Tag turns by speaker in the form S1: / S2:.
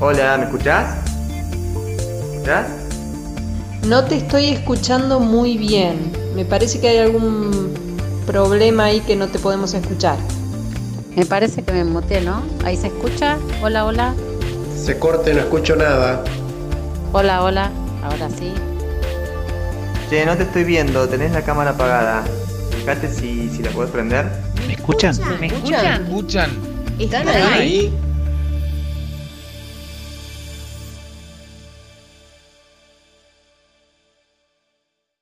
S1: Hola, ¿me escuchás? ¿Me escuchás?
S2: No te estoy escuchando muy bien. Me parece que hay algún problema ahí que no te podemos escuchar.
S3: Me parece que me muteé, ¿no? Ahí se escucha. Hola, hola.
S4: Se corte, no escucho nada.
S3: Hola, hola. Ahora sí.
S1: Che, no te estoy viendo, tenés la cámara apagada. Fíjate si, si la podés prender.
S5: ¿Me escuchan?
S6: ¿Me escuchan?
S7: ¿Escuchan?
S6: ¿Están ahí?